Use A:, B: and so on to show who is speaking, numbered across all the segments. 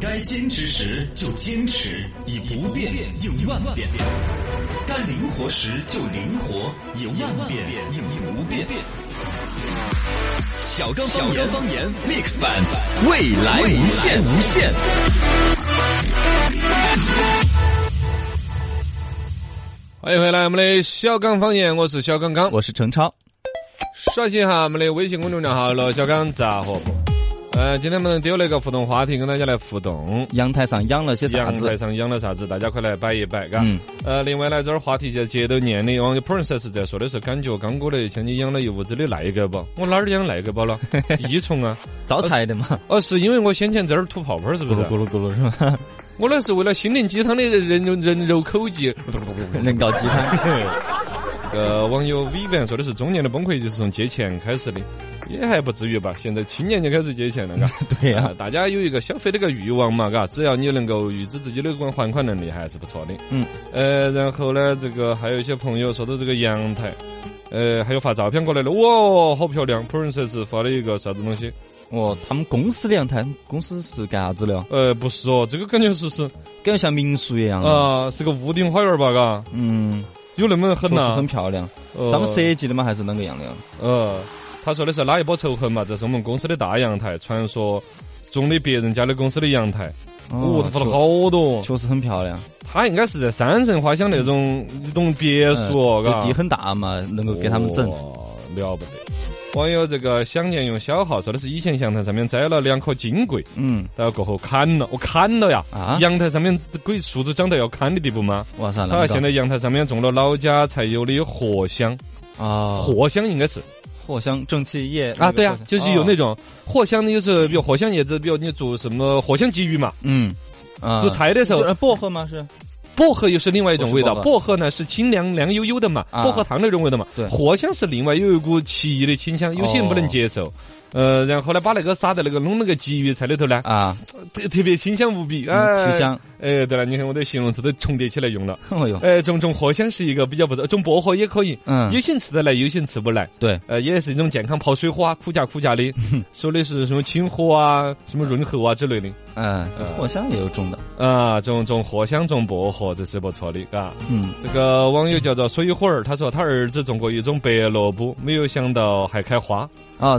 A: 该坚持时就坚持，以不变应万变；该灵活时就灵活，以万变应不变。小刚方言方言 mix 版，未来无限无限。
B: 欢迎回来，我们的小刚方言，我是小刚刚。
C: 我是程超。
B: 刷新一下我们的微信公众账号“罗小刚杂货铺”。呃，今天我们丢了一个互动话题，跟大家来互动。
C: 阳台上养了些啥
B: 阳
C: 子
B: 台？上养了啥子？大家快来摆一摆，嘎。
C: 嗯
B: 呃，另外呢，这儿话题就接到念的，网友 princess 在说的是，感觉刚哥嘞像你养了一屋子的癞狗宝，我哪儿养癞狗宝 了？益虫啊！
C: 招财 的嘛，
B: 哦，是因为我先前在这儿吐泡泡，是不
C: 咕噜
B: 是？
C: 咕噜咕噜是吧？
B: 我那是为了心灵鸡汤的人人人肉口技。
C: 能搞鸡 汤，
B: 呃，网友 Vivian 说的是中年的崩溃就是从借钱开始的，也还不至于吧？现在青年就开始借钱了，嘎。
C: 对
B: 啊，
C: 呀、
B: 大家有一个消费的一个欲望嘛，嘎，只要你能够预知自己的还还款能力，还是不错的。
C: 嗯，
B: 呃，然后呢，这个还有一些朋友说到这个阳台，呃，还有发照片过来的，哇，好漂亮！Princess 发了一个啥子东西？
C: 哦，他们公司的阳台，公司是干啥子的哦？
B: 呃，不是哦，这个感觉是是
C: 感觉像民宿一样的。
B: 啊、是个屋顶花园吧，嘎，
C: 嗯，
B: 有那么狠
C: 确实
B: 呐、
C: 很漂亮。
B: 呃
C: 他们设计的嘛，还是啷个样的哦？
B: 呃，他说的是拉一波仇恨嘛，这是我们公司的大阳台，传说中的别人家的公司的阳台，哦，他发了好多
C: 确，确实很漂亮。
B: 他应该是在山城花乡那种一栋别墅，
C: 嗯
B: 嘎、
C: 就地很大嘛，能够给他们整。
B: 哇了不得。网友这个想念用小号说的是以前阳台上面栽了两颗金桂，
C: 嗯，
B: 然后过后砍了，我砍了呀！
C: 啊
B: 阳台上面鬼树枝长到要砍的地步吗？
C: 哇塞，
B: 他
C: 那
B: 现在阳台上面种了老家才有的荷香，
C: 啊，藿
B: 荷香应该是
C: 藿香正气液
B: 啊，对啊，就是有那
C: 种
B: 种藿香的，就是比如藿香叶子，比如你煮什么藿香鲫鱼嘛，
C: 嗯啊，
B: 煮菜的时候
C: 就，呃薄荷吗？是
B: 薄荷又是另外一种味道，
C: 薄荷
B: 薄荷呢是清凉凉悠悠的嘛，
C: 啊
B: 薄荷糖那种味道嘛。
C: 对
B: 藿香是另外有一股奇异的清香，有些人不能接受。
C: 哦
B: 呃，然后呢，把那个撒在那个弄那个鲫鱼菜里头呢，
C: 啊，
B: 特特别清香无比啊，
C: 嗯提。香。
B: 哎，对了，你看我的形容词都重叠起来用了。
C: 哎呦，
B: 哎，种种藿香是一个比较不错，种薄荷也可以。
C: 嗯
B: 有，些人吃得来，有些人吃不来。
C: 对，
B: 呃，也是一种健康泡水花，苦架苦架 的，说的是什么清火啊、什么润喉啊之类的。
C: 嗯，
B: 呃
C: 藿香也有种的。
B: 啊，种种藿香、种薄荷，这是不错的，嘎、
C: 嗯，
B: 这个网友叫做水火儿，他说他儿子种过一种白萝卜，没有想到还开花。
C: 啊，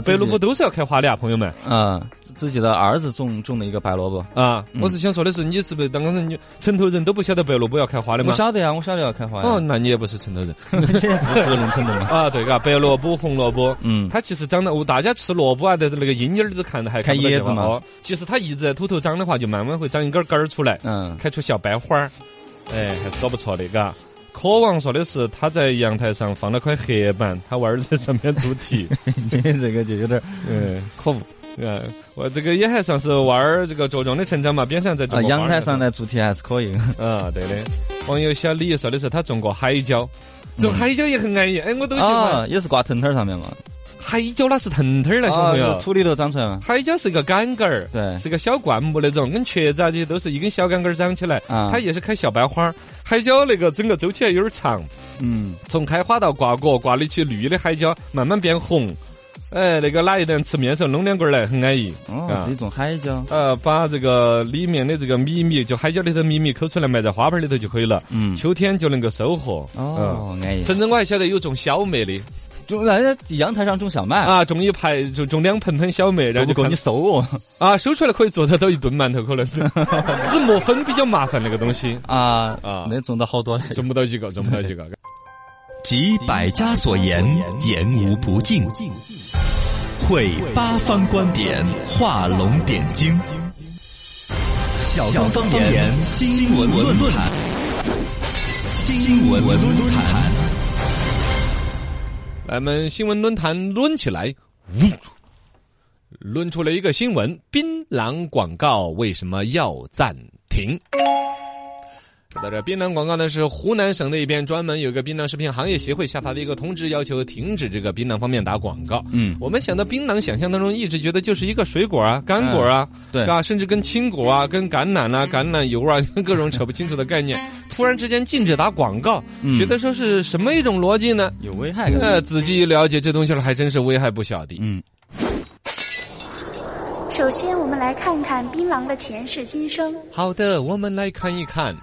B: 白
C: 自己
B: 萝卜都是要开花的啊，朋友们
C: 啊，自自己的儿子种种了一个白萝卜。
B: 啊！
C: 嗯
B: 我是想说的是，你是不是当成你城头人都不晓得白萝卜要开花的
C: 我
B: 吗？
C: 晓得呀，我晓得要开花呀。
B: 哦，，那你也不是城 头人
C: 这也是这个农村的嘛。
B: 啊，对嘎，白萝卜、红萝卜。
C: 嗯，
B: 它其实长得，我大家吃萝卜啊，在那个阴影儿子看的还看不到
C: 看叶子
B: 这个
C: 嘛
B: 哦，其实它一直在土头长的话，就慢慢会长一根根儿出来。
C: 嗯，
B: 开出小白花儿，哎，还是搞不错的，嘎。渴望说的是他在阳台上放了块黑板，他娃儿在上面读 题。
C: 今天这个就有点
B: 嗯，
C: 可恶
B: 呃，我这个也还算是娃儿这个茁壮的成长嘛，边上在种
C: 啊。
B: 过花儿
C: 阳台上，来做题还是可以。
B: 啊，对的。网友小李说的是他种过海椒，种海椒也很安逸，哎，我都喜欢。
C: 嗯啊，也是挂藤藤上面嘛。
B: 海椒那是藤藤儿呢，小朋
C: 啊
B: 友
C: 就。土里头长出来嘛。
B: 哦海椒是一个杆杆儿，
C: 对
B: 是个小灌木那种，跟茄子啊这些都是一根小杆杆儿长起来。
C: 啊
B: 它，也是开小白花儿，海椒那个整个周期还有点儿长。
C: 嗯，
B: 从开花到挂果，挂的起绿的海椒，慢慢变红。哎，那个哪一顿吃面的时候弄两根儿来，很安逸。
C: 哦
B: 啊，
C: 自己种海椒。
B: 呃，把这个里面的这个米米，就海椒里头米米抠出来埋在花盆里头就可以了，
C: 嗯，
B: 秋天就能够收获。
C: 哦，安逸
B: 嗯。。甚至我还晓得有种小麦的
C: 就人家阳台上种小麦，
B: 啊，种一排就种两盆盆小麦，然
C: 然
B: 后就
C: 后就够
B: 看
C: 你收哦。
B: 啊，收出来可以做得到一顿馒头，可能只磨粉比较麻烦那个东西，
C: 啊
B: 啊
C: 那种的好多嘞。
B: 种不到几个，种不到几个。
A: 集百家所言，言无不尽；汇八方观点，画龙点睛。小刚方言新闻论坛，新闻论坛。
B: 来，我们新闻论坛抡起来，抡出了一个新闻：槟榔广告为什么要暂停？在这槟榔广告呢，是湖南省那边专门有一个槟榔食品行业协会下发的一个通知，要求停止这个槟榔方面打广告。
C: 嗯，
B: 我们想到槟榔，想象当中一直觉得就是一个水果啊、干果啊，
C: 嗯对
B: 啊，甚至跟青果啊、跟橄榄啊、橄榄油啊， 各种扯不清楚的概念，突然之间禁止打广告，
C: 嗯
B: 觉得说是什么一种逻辑呢？呃
C: 有危害感。
B: 呃，仔细一了解这东西儿，还真是危害不小的。
C: 嗯，
D: 首先，我们来看看槟榔的前世今生。
B: 好的，我们来看一看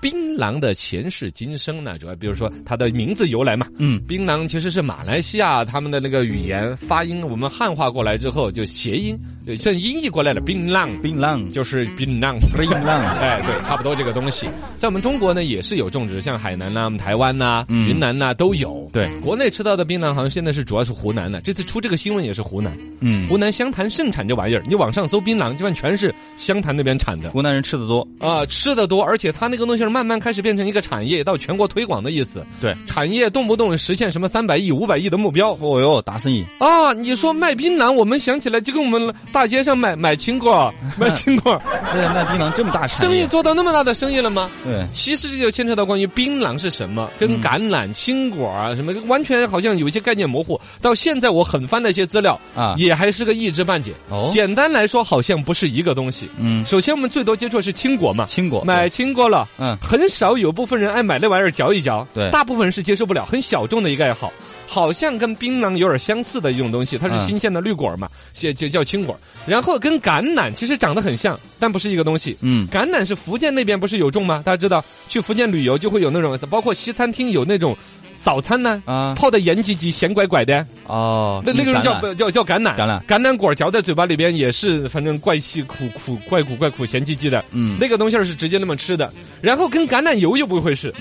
B: 槟榔的前世今生呢，主要比如说它的名字由来嘛。
C: 嗯，
B: 槟榔其实是马来西亚他们的那个语言发音，我们汉化过来之后就谐音，对，算音译过来了。槟榔
C: 槟榔
B: 就是槟榔。
C: 槟 榔，
B: 哎，对，差不多这个东西，在我们中国呢也是有种植，像海南呐、台湾呐、
C: 嗯
B: 云南呐、都有。
C: 对
B: 国内吃到的槟榔好像现在是主要是湖南的，这次出这个新闻也是湖南。
C: 嗯，
B: 湖南湘潭盛产这玩意儿，你网上搜槟榔，基本全是湘潭那边产的
C: 湖南人吃的多，
B: 啊、吃的多，而且它那个东西儿慢慢开始变成一个产业，到全国推广的意思。
C: 对，
B: 产业动不动实现什么三百亿、五百亿的目标
C: 哦哟，大生意，
B: 啊！你说卖槟榔，我们想起来就跟我们大街上买买青瓜、 买青瓜，
C: 对，卖槟榔这么大产
B: 生
C: 业
B: 意，做到那么大的生意了吗？
C: 对，
B: 其实这就牵扯到关于槟榔是什么，
C: 嗯
B: 跟橄榄、青果啊什么，完全好像有一些概念模糊。到现在我很翻了一些资料
C: 啊
B: 也还是个一知半解。
C: 哦
B: 简单来说，好像不是一个东西。
C: 嗯，
B: 首先，我们最多接触的是青果嘛，
C: 青果
B: 买，青果了，
C: 嗯
B: 很少有部分人爱买那玩意儿嚼一嚼，
C: 对
B: 大部分人是接受不了，很小众的一个爱好。好像跟槟榔有点相似的一种东西，它是
C: 嗯
B: 新鲜的绿果嘛，就就叫青果。然后跟橄榄其实长得很像，但不是一个东西。
C: 嗯，
B: 橄榄是福建那边不是有种吗？大家知道，去福建旅游就会有那种，包括西餐厅有那种早餐呢。
C: 啊，
B: 泡的盐唧唧、咸拐拐的，
C: 哦，
B: 那那个
C: 人
B: 人叫不叫叫橄榄，
C: 橄榄
B: 果嚼在嘴巴里边也是，反正怪细苦苦怪苦怪苦咸唧唧的，
C: 嗯，
B: 那个东西儿是直接那么吃的。然后跟橄榄油又不一回 事，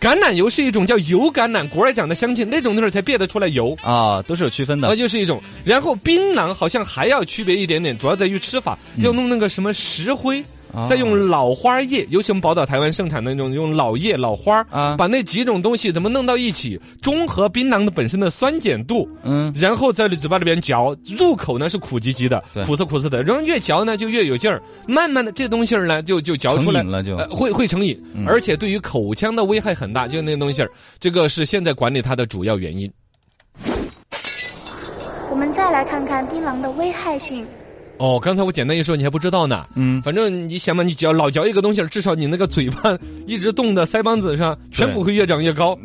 B: 橄榄油是一种叫油橄榄，果儿长得相近，那种东西儿才变得出来油。
C: 啊，都是有区分
B: 那
C: 的，
B: 就是一种，然后槟榔好像还要区别一点点，主要在于吃法，要弄那个什么石灰，
C: 嗯啊
B: 再用老花叶，尤其我们宝岛台湾盛产的那种用老叶、老花儿
C: 啊
B: 把那几种东西怎么弄到一起，中和槟榔的本身的酸碱度，
C: 嗯，
B: 然后在嘴巴里边嚼，入口呢是苦唧唧的
C: 对，
B: 苦涩苦涩的，然后越嚼呢就越有劲儿，慢慢的这东西儿呢就就嚼
C: 成
B: 出来
C: 瘾。了就
B: 呃，会会成瘾，
C: 嗯
B: 而且对于口腔的危害很大，就那东西儿，这个是现在管理它的主要原因。
D: 我们再来看看槟榔的危害性。
B: 哦，刚才我简单一说，你还不知道呢。
C: 嗯，
B: 反正你想嘛，你只要老嚼一个东西儿，至少你那个嘴巴一直动的腮帮子上，颧骨会越长越 高。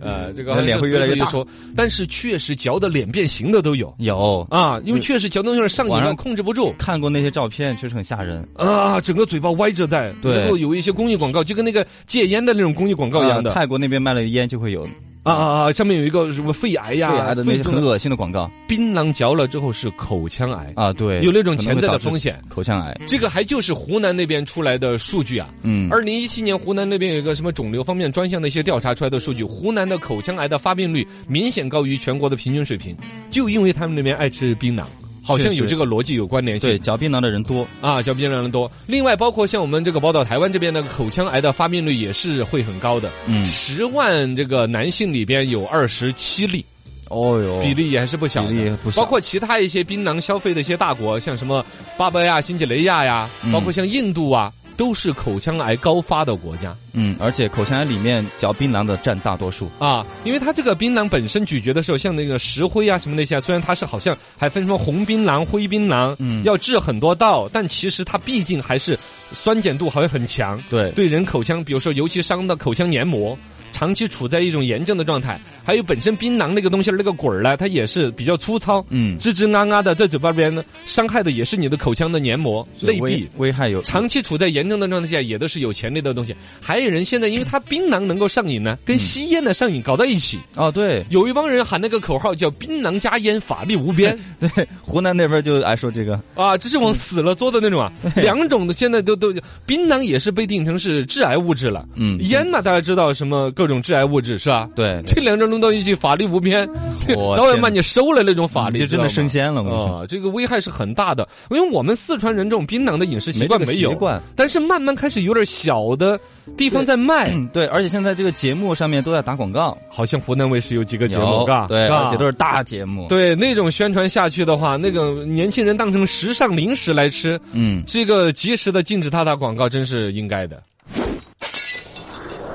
B: 呃，这个
C: 脸会越来越大
B: 一说，但是确实嚼的脸变形的都有
C: 有
B: 啊，因为确实嚼东西儿上瘾
C: 晚
B: 了，
C: 上
B: 控制不住
C: 看过那些照片，确实很吓人，
B: 啊，整个嘴巴歪着在。
C: 对
B: 然后有一些公益广告，就跟那个戒烟的那种公益广告一样
C: 啊
B: 的
C: 泰国那边卖了烟就会有
B: 啊啊啊，上面有一个什么肺癌
C: 肺
B: 呀、
C: 癌的那些
B: 肺
C: 很
B: 中
C: 恶心的广告
B: 槟榔嚼了之后是口腔癌，
C: 啊，对，
B: 有那种
C: 可能
B: 潜
C: 会
B: 在的
C: 导致
B: 风险。
C: 口腔癌，
B: 这个还就是湖南那边出来的数据啊。
C: 嗯，
B: 二零一七年湖南那边有一个什么肿瘤方面专项的一些调查出来的数据，湖南的口腔癌的发病率明显高于全国的平均水平，就因为他们那边爱吃槟榔。好像
C: 确实
B: 有这个逻辑有关联性
C: 对，嚼槟榔的人多，
B: 啊，嚼槟榔的多。另外，包括像我们这个宝岛台湾这边的口腔癌的发病率也是会很高的，
C: 嗯，
B: 十万这个男性里边有二十七例，
C: 哦哟，
B: 比例也还是不小的
C: 比例不小
B: 包括其他一些槟榔消费的一些大国，像什么巴布亚新几内亚呀，
C: 嗯
B: 包括像印度啊，都是口腔癌高发的国家。
C: 嗯，而且口腔癌里面嚼槟榔的占大多数。
B: 啊，因为它这个槟榔本身咀嚼的时候，像那个石灰啊什么那些啊，虽然它是好像还分什么红槟榔、灰槟榔，
C: 嗯
B: 要治很多道，但其实它毕竟还是酸碱度好像很强，
C: 对，
B: 对人口腔，比如说尤其伤到口腔黏膜。长期处在一种炎症的状态，还有本身槟榔那个东西儿那个滚儿呢，它也是比较粗糙，
C: 嗯，
B: 吱吱啊啊的，在嘴巴边呢，伤害的也是你的口腔的黏膜、
C: 所
B: 内
C: 以
B: 壁
C: 危。危害有
B: 长期处在炎症的状态下，也都是有潜力的东西。还有人现在因为他槟榔能够上瘾
C: 嗯
B: 呢，跟吸烟的上瘾搞到一起。
C: 哦，对
B: 有一帮人喊那个口号叫“槟榔加烟，法力无边
C: 对，湖南那边就爱说这个，”
B: 啊，这是往死了做的那种啊。
C: 嗯
B: 两种的现在都都，槟榔也是被定成是致癌物质了。
C: 嗯，
B: 烟嘛，大家知道什么各种致癌物质是 吧？
C: 对，
B: 这两种弄到一起，法力无边，
C: 我
B: 早晚
C: 天
B: 把你收了那种法力，
C: 就
B: 知
C: 真
B: 道
C: 的
B: 吗
C: 升仙了，我跟你说，
B: 啊、这个危害是很大的，因为我们四川人这种槟榔的饮食习惯
C: 没这个
B: 没有，
C: 习惯
B: 但是慢慢开始有点小的地方在卖，
C: 嗯，对，而且现在这个节目上面都在打广告，
B: 好像湖南卫视有几个节目，
C: 有
B: 嘎，
C: 对，
B: 嘎
C: 而且都是大节目，，
B: 对那种宣传下去的话，那个年轻人当成时尚零食来吃，
C: 嗯，
B: 这个及时的禁止他打广告，真是应该的。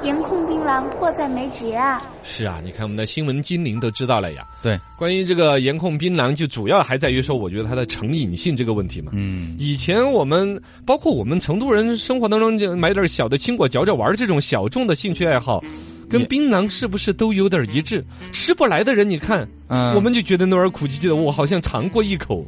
D: 严控槟榔迫在眉睫啊！
B: 是啊，你看我们的新闻精灵都知道了呀。
C: 对，
B: 关于这个严控槟榔，就主要还在于说，我觉得它的成瘾性这个问题嘛。
C: 嗯，
B: 以前我们包括我们成都人生活当中，就买点小的青果嚼着玩儿这种小众的兴趣爱好，跟
C: 也
B: 槟榔是不是都有点一致？吃不来的人，你看，
C: 嗯
B: 我们就觉得那玩意儿苦唧唧的，我好像尝过一口。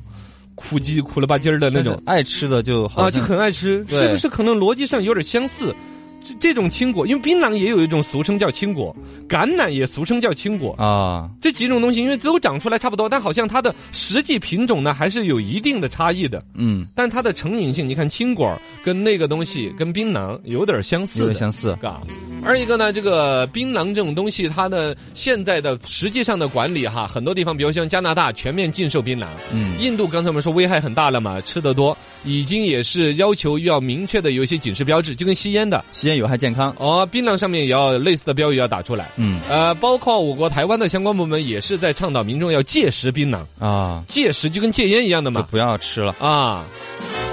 B: 哭唧哭了吧唧儿的那种
C: 爱吃的就好
B: 啊，就很爱吃，
C: 对
B: 是不是？可能逻辑上有点相似。这这种青果，因为槟榔也有一种俗称叫青果，橄榄也俗称叫青果。
C: 啊，
B: 这几种东西因为都长出来差不多，但好像它的实际品种呢还是有一定的差异的。
C: 嗯，
B: 但它的成瘾性，你看青果儿跟那个东西跟槟榔有点相
C: 有
B: 似
C: 点
B: 的，
C: 相似，
B: 啊。二一个呢，这个槟榔这种东西，它的现在的实际上的管理哈，很多地方，比如像加拿大全面禁售槟榔，
C: 嗯
B: 印度刚才我们说危害很大了嘛，吃得多，已经也是要求要明确的有一些警示标志，就跟吸烟的
C: 吸烟有害健康，
B: 哦，槟榔上面也要类似的标语要打出来。
C: 嗯
B: 呃，包括我国台湾的相关部门也是在倡导民众要戒食槟榔，
C: 啊，
B: 戒食就跟戒烟一样的
C: 就
B: 嘛。
C: 不要吃了，
B: 啊。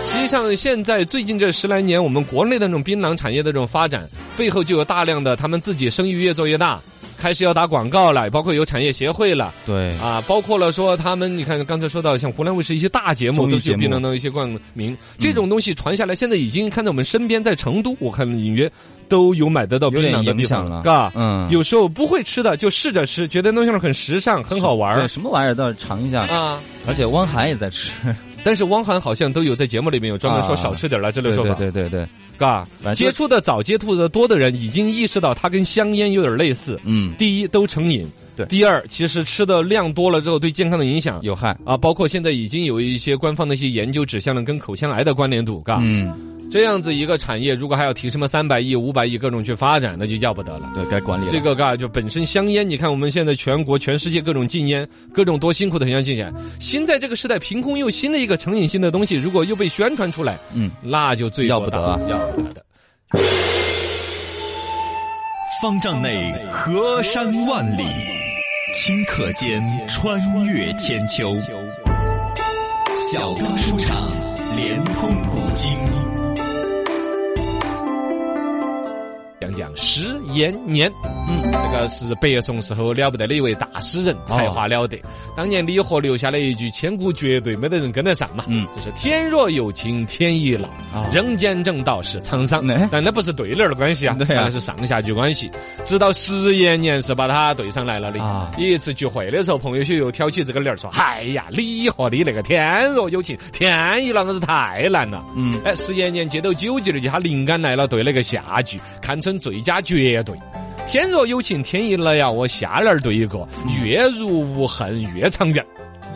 B: 实际上，现在最近这十来年，我们国内的那种槟榔产业的这种发展，背后就有大量的他们自己生意越做越大，开始要打广告了，包括有产业协会了
C: 对，
B: 啊，包括了说他们，你看刚才说到像湖南卫视一些大节目
C: 综艺
B: 都是有
C: 节
B: 槟
C: 目
B: 榔的一些冠名，这种东西传下来，现在已经看到我们身边，在成都，我看隐约都有买得到
C: 有
B: 槟
C: 点
B: 榔的
C: 影
B: 地方
C: 响了，
B: 嘎。
C: 嗯，
B: 啊有时候不会吃的就试着吃，觉得那种很时尚、很好玩
C: 对
B: 儿
C: 什么玩意儿倒是尝一下，
B: 啊。
C: 而且汪涵也 在吃，
B: 但是汪涵好像都有在节目里面有专门说
C: 啊
B: 少吃点儿了这类
C: 对
B: 说
C: 对
B: 法，
C: 对对对，
B: 嘎
C: 反正，就
B: 接触的早、接触的多的人已经意识到它跟香烟有点类似。
C: 嗯，
B: 第一，都成瘾；
C: 对
B: 第二，其实吃的量多了之后对健康的影响
C: 有害，
B: 啊，包括现在已经有一些官方的一些研究指向了跟口腔癌的关联度，嘎。
C: 嗯，
B: 这样子一个产业，如果还要提什么三百亿、五百亿各种去发展，那就要不得了。
C: 对该管理了
B: 这个啊嘎就本身香烟，你看我们现在全国、全世界各种禁烟，各种多辛苦的想要禁烟。现在这个时代，凭空又新的一个成瘾性的东西，如果又被宣传出来，
C: 嗯，
B: 那就罪过
C: 要不得啊
B: 大要不得的。
A: 方丈内河山万里，顷刻间穿越千秋。小刚书场，连通古今。
B: 讲讲石延年，嗯，这个是北宋时候了不得的一位大诗人，才华了得。当年李贺留下了一句千古绝对，没得人跟得上嘛，
C: 嗯
B: 就是天若有情天亦老，
C: 哦
B: 人间正道是沧桑
C: 哎。
B: 但那不是对联儿的关系啊，
C: 对啊
B: 那是上下句关系。直到石延年是把他对上来了的。
C: 啊
B: 一次聚会的时候，朋友些又挑起这个理儿说：“哎呀，李贺的那个天若有情天亦老，硬是太难了。”
C: 嗯，
B: 哎，十延年接到九级了，就他灵感来了，对了个下句，堪称最佳绝对。天若有情天亦乐呀，我下联儿对一个，
C: 嗯
B: 月如无恨月长圆，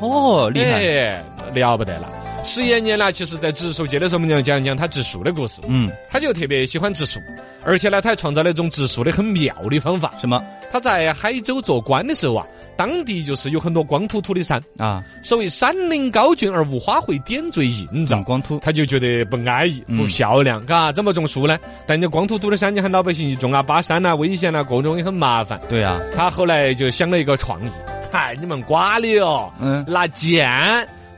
C: 哦，厉害，
B: 哎，了不得了。十延年呢，其实在植树节的时候，我们要讲一讲他植树的故事。
C: 嗯，
B: 他就特别喜欢植树，而且呢，他还创造了一种植树的很妙的方法。
C: 什么
B: 他在海州做官的时候啊，当地就是有很多光秃秃的山，
C: 啊？
B: 所谓山林高峻而无花卉点缀映照
C: 长。嗯光秃，
B: 他就觉得不安逸、
C: 嗯
B: 不漂亮，嘎、怎么种树呢？但你光秃秃的山，你喊老百姓去种啊，拔山呐、危险呐、各种也很麻烦。
C: 对啊呀，
B: 他后来就想了一个创意，嗨，你们瓜的哦，
C: 嗯
B: 拿箭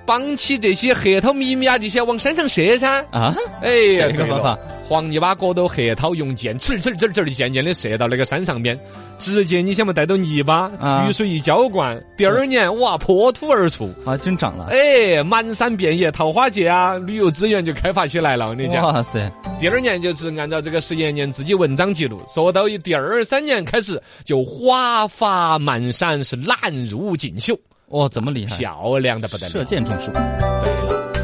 B: 绑起这些核桃、米米啊这些往山上射噻。
C: 啊，
B: 哎呀，
C: 这个
B: 对
C: 方
B: 了
C: 法，
B: 黄泥巴裹到核桃，用箭刺儿刺儿刺儿刺儿的渐渐的射到那个山上边，直接你想嘛带到泥巴，
C: 啊
B: 雨水一浇灌，第二年哇破土而出。
C: 啊，真长了，
B: 哎，满山遍野桃花节啊，旅游资源就开发起来了。我跟你讲，
C: 哇塞，
B: 第二年就是按照这个十延年自己文章记录，说到一第二三年开始就花发满山，是滥入锦绣，
C: 哇，怎么厉害？
B: 漂亮的不得
C: 射
B: 了。
C: 箭种树，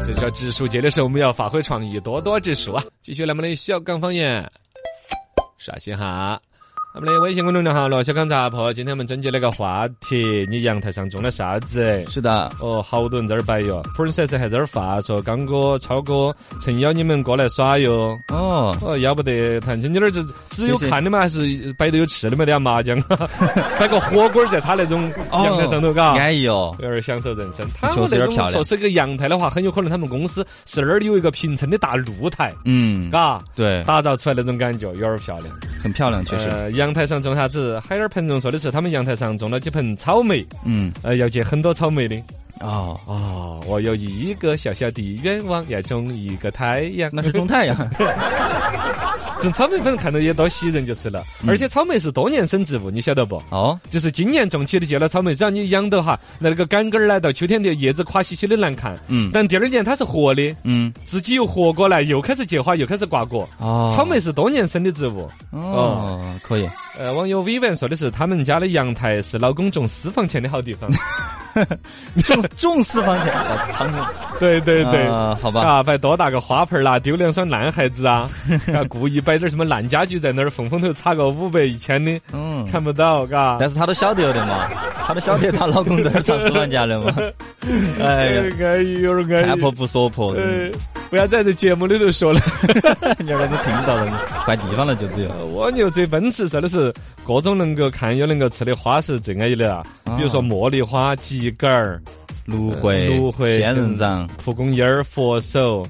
B: 这叫植树节的时候，我们要发挥创意，多多植树啊！继续来我们的小刚方言，刷新哈。我们的微信公众号“罗小刚杂破”，今天我们征集了个话题：你阳台上种了啥子？
C: 是的，
B: 哦，好多人在这儿摆哟，Princess 还在这儿发说，刚哥、超哥，诚邀你们过来耍哟。
C: 哦，
B: 哦，要不得，谭青，你那儿只只有
C: 谢谢
B: 看的吗？还是摆的有吃的没得啊？ 麻将，摆个火锅儿在他那种阳台上头，嘎、
C: 安逸哦，
B: 有点享受人生。他
C: 确
B: 们
C: 实有
B: 那
C: 点
B: 种
C: 漂亮
B: 说是个阳台的话，很有可能他们公司是那儿有一个平层的大露台，
C: 嗯，
B: 嘎，
C: 对，
B: 打造出来那种感觉有点漂亮。
C: 很漂亮，确实，
B: 呃，阳台上种啥子？海尔彭总说的是他们阳台上种了几盆草莓，
C: 嗯，
B: 呃，要结很多草莓的。
C: 哦，
B: 哦，我有一个小小的愿望，要种一个太阳。
C: 那是种太阳，
B: 种草莓，反正看到也多喜人就是了。
C: 嗯
B: 而且草莓是多年生植物，你晓得不？
C: 哦，
B: 就是今年种起的结了草莓，只要你养到哈，那个杆杆儿呢，到秋天的叶子垮兮兮的难看。
C: 嗯
B: 但第二年它是活的，
C: 嗯，
B: 自己又活过来，又开始结花，又开始挂果。
C: 哦，
B: 草莓是多年生的植物。
C: 哦，可以，
B: 呃，网友 Vivian 说的是，他们家的阳台是老公种私房钱的好地方。
C: 重重私房钱，啊长城
B: 对对对，
C: 啊好吧
B: 啊，摆多大个花盆儿啦，丢两双烂鞋子 啊，啊，故意摆点什么烂家具在那儿，缝缝头插个五百一千的，
C: 嗯，
B: 看不到，嘎。
C: 但是她都晓得的嘛，她都晓得她老公在那儿上私房 钱的嘛，哎呀，
B: 哎呦，有点儿
C: 看
B: 安逸
C: 破。不说破，
B: 呃，不要在这节目里头说了，
C: 你儿都听不到了，换地方了就只有，
B: 蜗牛呃最奔驰说的是各种能够看又能够吃的花是最安逸的啊，比如说
C: 啊
B: 茉莉花、桔梗儿、
C: 呃芦荟、
B: 芦荟
C: 仙人掌，
B: 蒲公英儿、佛手，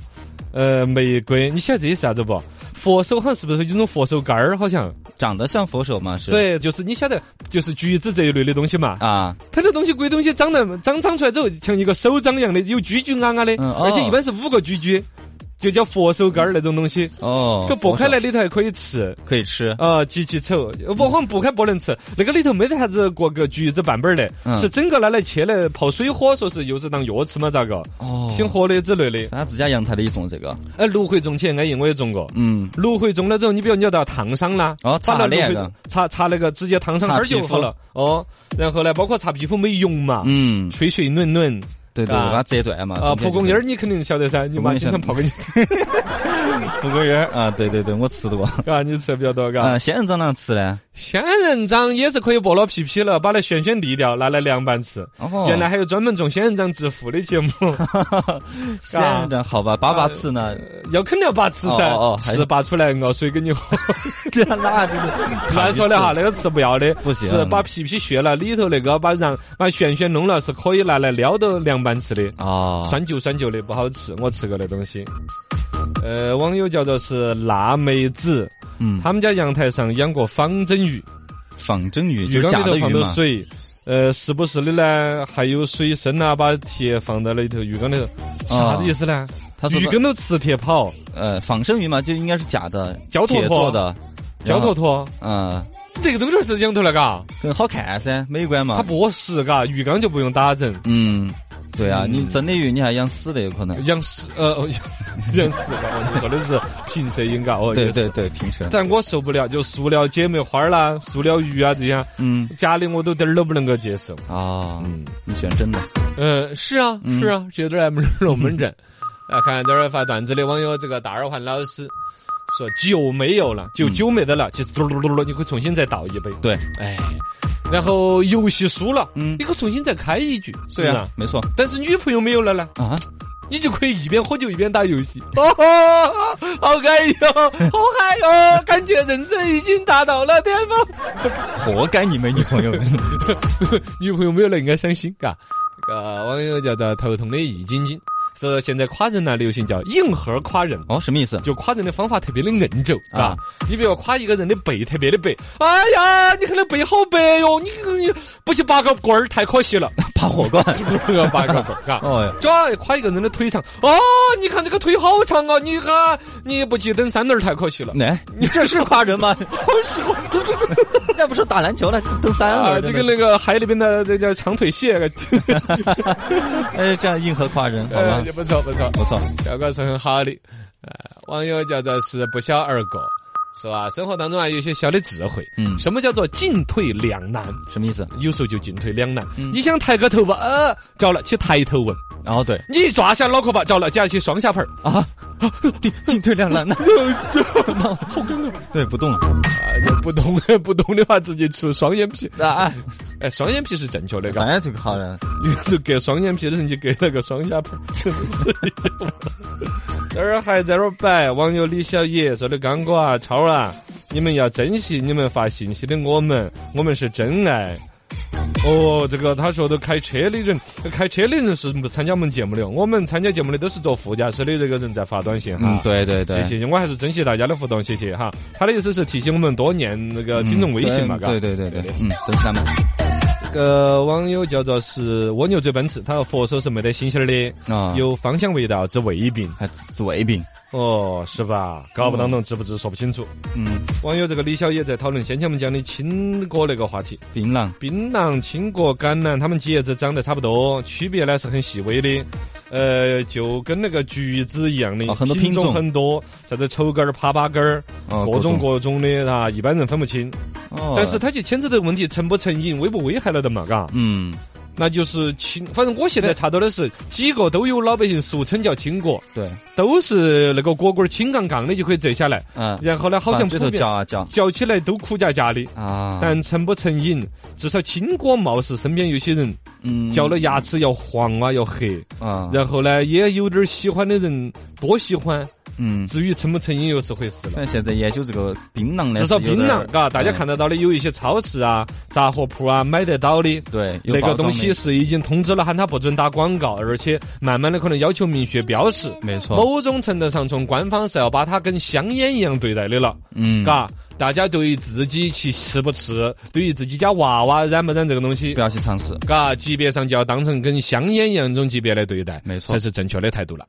B: 呃，玫瑰，你晓得这些是啥子不？佛手好像是不是有种佛手柑儿？好像
C: 长得像佛手嘛是，
B: 对，就是你晓得，就是橘子这一类的东西嘛。
C: 啊，
B: 它这东西鬼东西长得长长出来之后，像一个手掌一样的，有居居啊啊的，
C: 嗯哦
B: 而且一般是五个居居，就叫佛手柑儿那种东西。
C: 哦，
B: 可剥
C: 佛
B: 开
C: 手
B: 来里头还可以吃，
C: 可以吃，
B: 啊，极其丑。我好像剥开不能吃，那个里头没得啥子过个橘子半本儿的，
C: 嗯
B: 是整个拿来切来泡水喝，说是又是当药吃嘛，咋个？
C: 哦
B: 挺活的之类的。
C: 他自家阳台里种这个，
B: 哎，芦荟种起来安逸，我也种过。
C: 嗯，
B: 芦荟种了之后，你比如你要到烫伤啦，
C: 哦
B: 把
C: 擦
B: 那芦荟
C: 那个
B: 擦擦那个直接烫伤，
C: 擦
B: 那儿就
C: 皮肤
B: 好了。哦，然后呢，包括擦皮肤美容嘛，
C: 嗯，
B: 吹水暖暖
C: 对对，
B: 啊
C: 把它折断嘛，
B: 啊，
C: 中间
B: 蒲
C: 就是
B: 公英儿你肯定晓得噻，你
C: 蒲
B: 妈
C: 公英
B: 经常
C: 晓得
B: 泡 给你，
C: 蒲公英儿啊，对对对，我吃过。
B: 啊，你吃的比较多，嘎。
C: 啊，仙人掌啷吃呢？
B: 仙人掌也是可以剥了皮皮了，把那旋旋沥掉，拿来凉拌吃。
C: 哦
B: 原来还有专门种仙人掌致富的节目，
C: 仙人掌好吧，
B: 啊
C: 粑粑 吃呢，
B: 要肯定要拔吃噻
C: 哦哦哦，还
B: 吃拔出来熬水给 你喝。
C: 这那就是
B: 乱说的哈， 那个吃不要的，
C: 不行
B: 是把皮皮削了，里头那个把瓤把旋旋弄了，是可以拿来撩到凉拌吃的。
C: 哦，
B: 酸旧酸旧的不好吃，我吃过那东西。呃，网友叫做是辣妹子，
C: 嗯，
B: 他们家阳台上养过仿真鱼，
C: 仿真鱼
B: 鱼
C: 就是
B: 缸
C: 假
B: 里头
C: 的鱼
B: 放着
C: 嘛，
B: 水，呃，时不时的呢还有水声啊，把铁放到里头鱼缸里头，啥
C: 哦
B: 子意思呢？
C: 他说
B: 鱼
C: 的
B: 跟头吃铁跑，
C: 呃，仿生鱼嘛，就应该是假的，
B: 焦坨坨
C: 铁做的，
B: 焦啊坨
C: 坨，
B: 坨，
C: 嗯，
B: 这个东西是养头了嘎，
C: 更好看噻，美观
B: 它
C: 嘛，
B: 不实嘎，鱼缸就不用打整。
C: 嗯，对啊，
B: 嗯
C: 你真的鱼你还养死的有可能，
B: 养死呃，哦 养死了，我你说的是平射应该哦。
C: 对
B: 也是
C: 对。对，平时，
B: 但我受不了，就塑料姐妹花啦、塑料鱼啊这些，
C: 嗯，
B: 假的我都点儿都不能够接受。
C: 哦，
B: 嗯
C: 你喜欢真的，
B: 呃，是啊，
C: 嗯
B: 是啊，这点儿龙龙门 阵。来看这儿发段子的网友，这个大二环老师说酒没有了，就酒没得了，其实嘟噜嘟噜，你可以重新再倒一杯。
C: 对，
B: 哎，然后游戏输了，
C: 嗯
B: 你可以重新再开一局，是
C: 对
B: 不是
C: 啊，没错
B: 但是女朋友没有了呢，
C: 啊，
B: 你就可以一边喝酒一边打游戏。 哦，好嗨哟，好嗨哟，感觉人生已经达到了巅峰。
C: 活该你没女朋友，
B: 女朋友没有了应该伤心，嘎。这个网友叫做头痛的易晶晶，说现在夸人呢、流行叫硬核夸人。
C: 哦，什么意思？
B: 就夸人的方法特别的硬轴，啊
C: 啊，
B: 你比如夸一个人的背特别的白，哎呀，你看那背好白哟，你你不去拔个罐儿太可惜了，
C: 拔火 罐，
B: 拔个罐儿，啊。
C: 哦，
B: 主要夸一个人的腿长，哦，你看这个腿好长啊，你看你不去蹬三轮儿太可惜了，
C: 来，哎你这是夸人吗？
B: 好喜欢这个
C: 那不是打篮球了，蹬三
B: 啊，
C: 轮
B: 就
C: 这
B: 跟
C: 个
B: 那个海里边的这叫长腿蟹，
C: 哎，这样硬核夸 人，好
B: 呃
C: 吧，
B: 也？不错不错。
C: 不错，
B: 效果是很好的。呃，网友叫做是不小而过，说啊，生活当中啊有一些小的智慧。
C: 嗯，
B: 什么叫做进退两难？
C: 什么意思？
B: 有时候就进退两难。
C: 嗯
B: 你想抬个头吧，呃，着了去抬头纹；
C: 哦，对
B: 你抓下脑壳吧，着了夹起双下盘儿。
C: 啊，进进退两 难，那
B: 好尴尬
C: 对不动
B: 啊！就不懂不懂的话，直接出双眼皮。
C: 啊，
B: 哎，双眼皮是正确的，嘎
C: 当。然这个好人，
B: 你 就割双眼皮的时候，你就割了个双下巴。 这儿还在那儿摆，网友李小野说的：“刚哥啊，超啊，你们要珍惜你们发信息的我们，我们是真爱。”哦，这个他说的开车的人，开车的人是不参加我们节目的，我们参加节目的都是坐副驾驶的这个人在发短信哈。
C: 嗯，对对对，
B: 谢谢，我还是珍惜大家的互动，谢谢哈。他的意思是提醒我们多念那个
C: 嗯
B: 听众微信嘛，嘎
C: 对对对对，对嗯，真是他们，
B: 个网友叫做是蜗牛追奔驰，他说佛手是没得新鲜儿的，
C: 啊，
B: 有芳香味道治胃病，
C: 还治治胃病，
B: 哦，是吧？搞不当中治不治说不清楚。
C: 嗯，
B: 网友这个李小野在讨论先前我们讲的青果那个话题，
C: 槟榔，
B: 槟榔、青果、橄榄，它们叶子长得差不多，区别呢是很细微的。呃，就跟那个橘子一样的，
C: 哦很多
B: 品
C: 品种
B: 啊很多，啥子丑根儿、耙耙根儿，
C: 哦
B: 各种，各种的啊，一般人分不清。
C: 哦
B: 但是它就牵扯这个问题成不成瘾、危不危害了的嘛，嘎。
C: 嗯，
B: 那就是青，反正我现在查到的是几个都有老百姓俗称叫青果，
C: 对，
B: 都是那个果棍儿轻杠杠的就可以摘下来，
C: 嗯，
B: 然后呢，好像
C: 把指
B: 普
C: 头
B: 遍
C: 夹啊夹
B: 嚼起来都苦夹夹的。
C: 啊，
B: 但成不成瘾，至少青果貌似身边有些人
C: 嗯
B: 嚼了牙齿要黄啊，要黑。
C: 啊，
B: 然后呢，也有点儿喜欢的人多喜欢，
C: 嗯，
B: 至于成不成瘾又是回事了。
C: 反正现在研究这个槟榔呢，
B: 至少
C: 是有
B: 槟
C: 点
B: 榔，嘎，大家
C: 嗯
B: 看得到的，有一些超市啊、杂货铺啊买得到的。
C: 对
B: 那
C: 有
B: 个
C: 包装
B: 东西
C: 的
B: 是已经通知了，喊他不准打广告，而且慢慢的可能要求明确标识。
C: 没错，
B: 某种程度上，从官方是要把它跟香烟一样对待的了，
C: 嗯，
B: 嘎。大家对于自己去吃不吃，对于自己家娃娃染不染这个东西
C: 不，要去尝试。
B: 嘎，级别上就要当成跟香烟一样这种级别来对待，
C: 没错
B: 才是正确的态度了。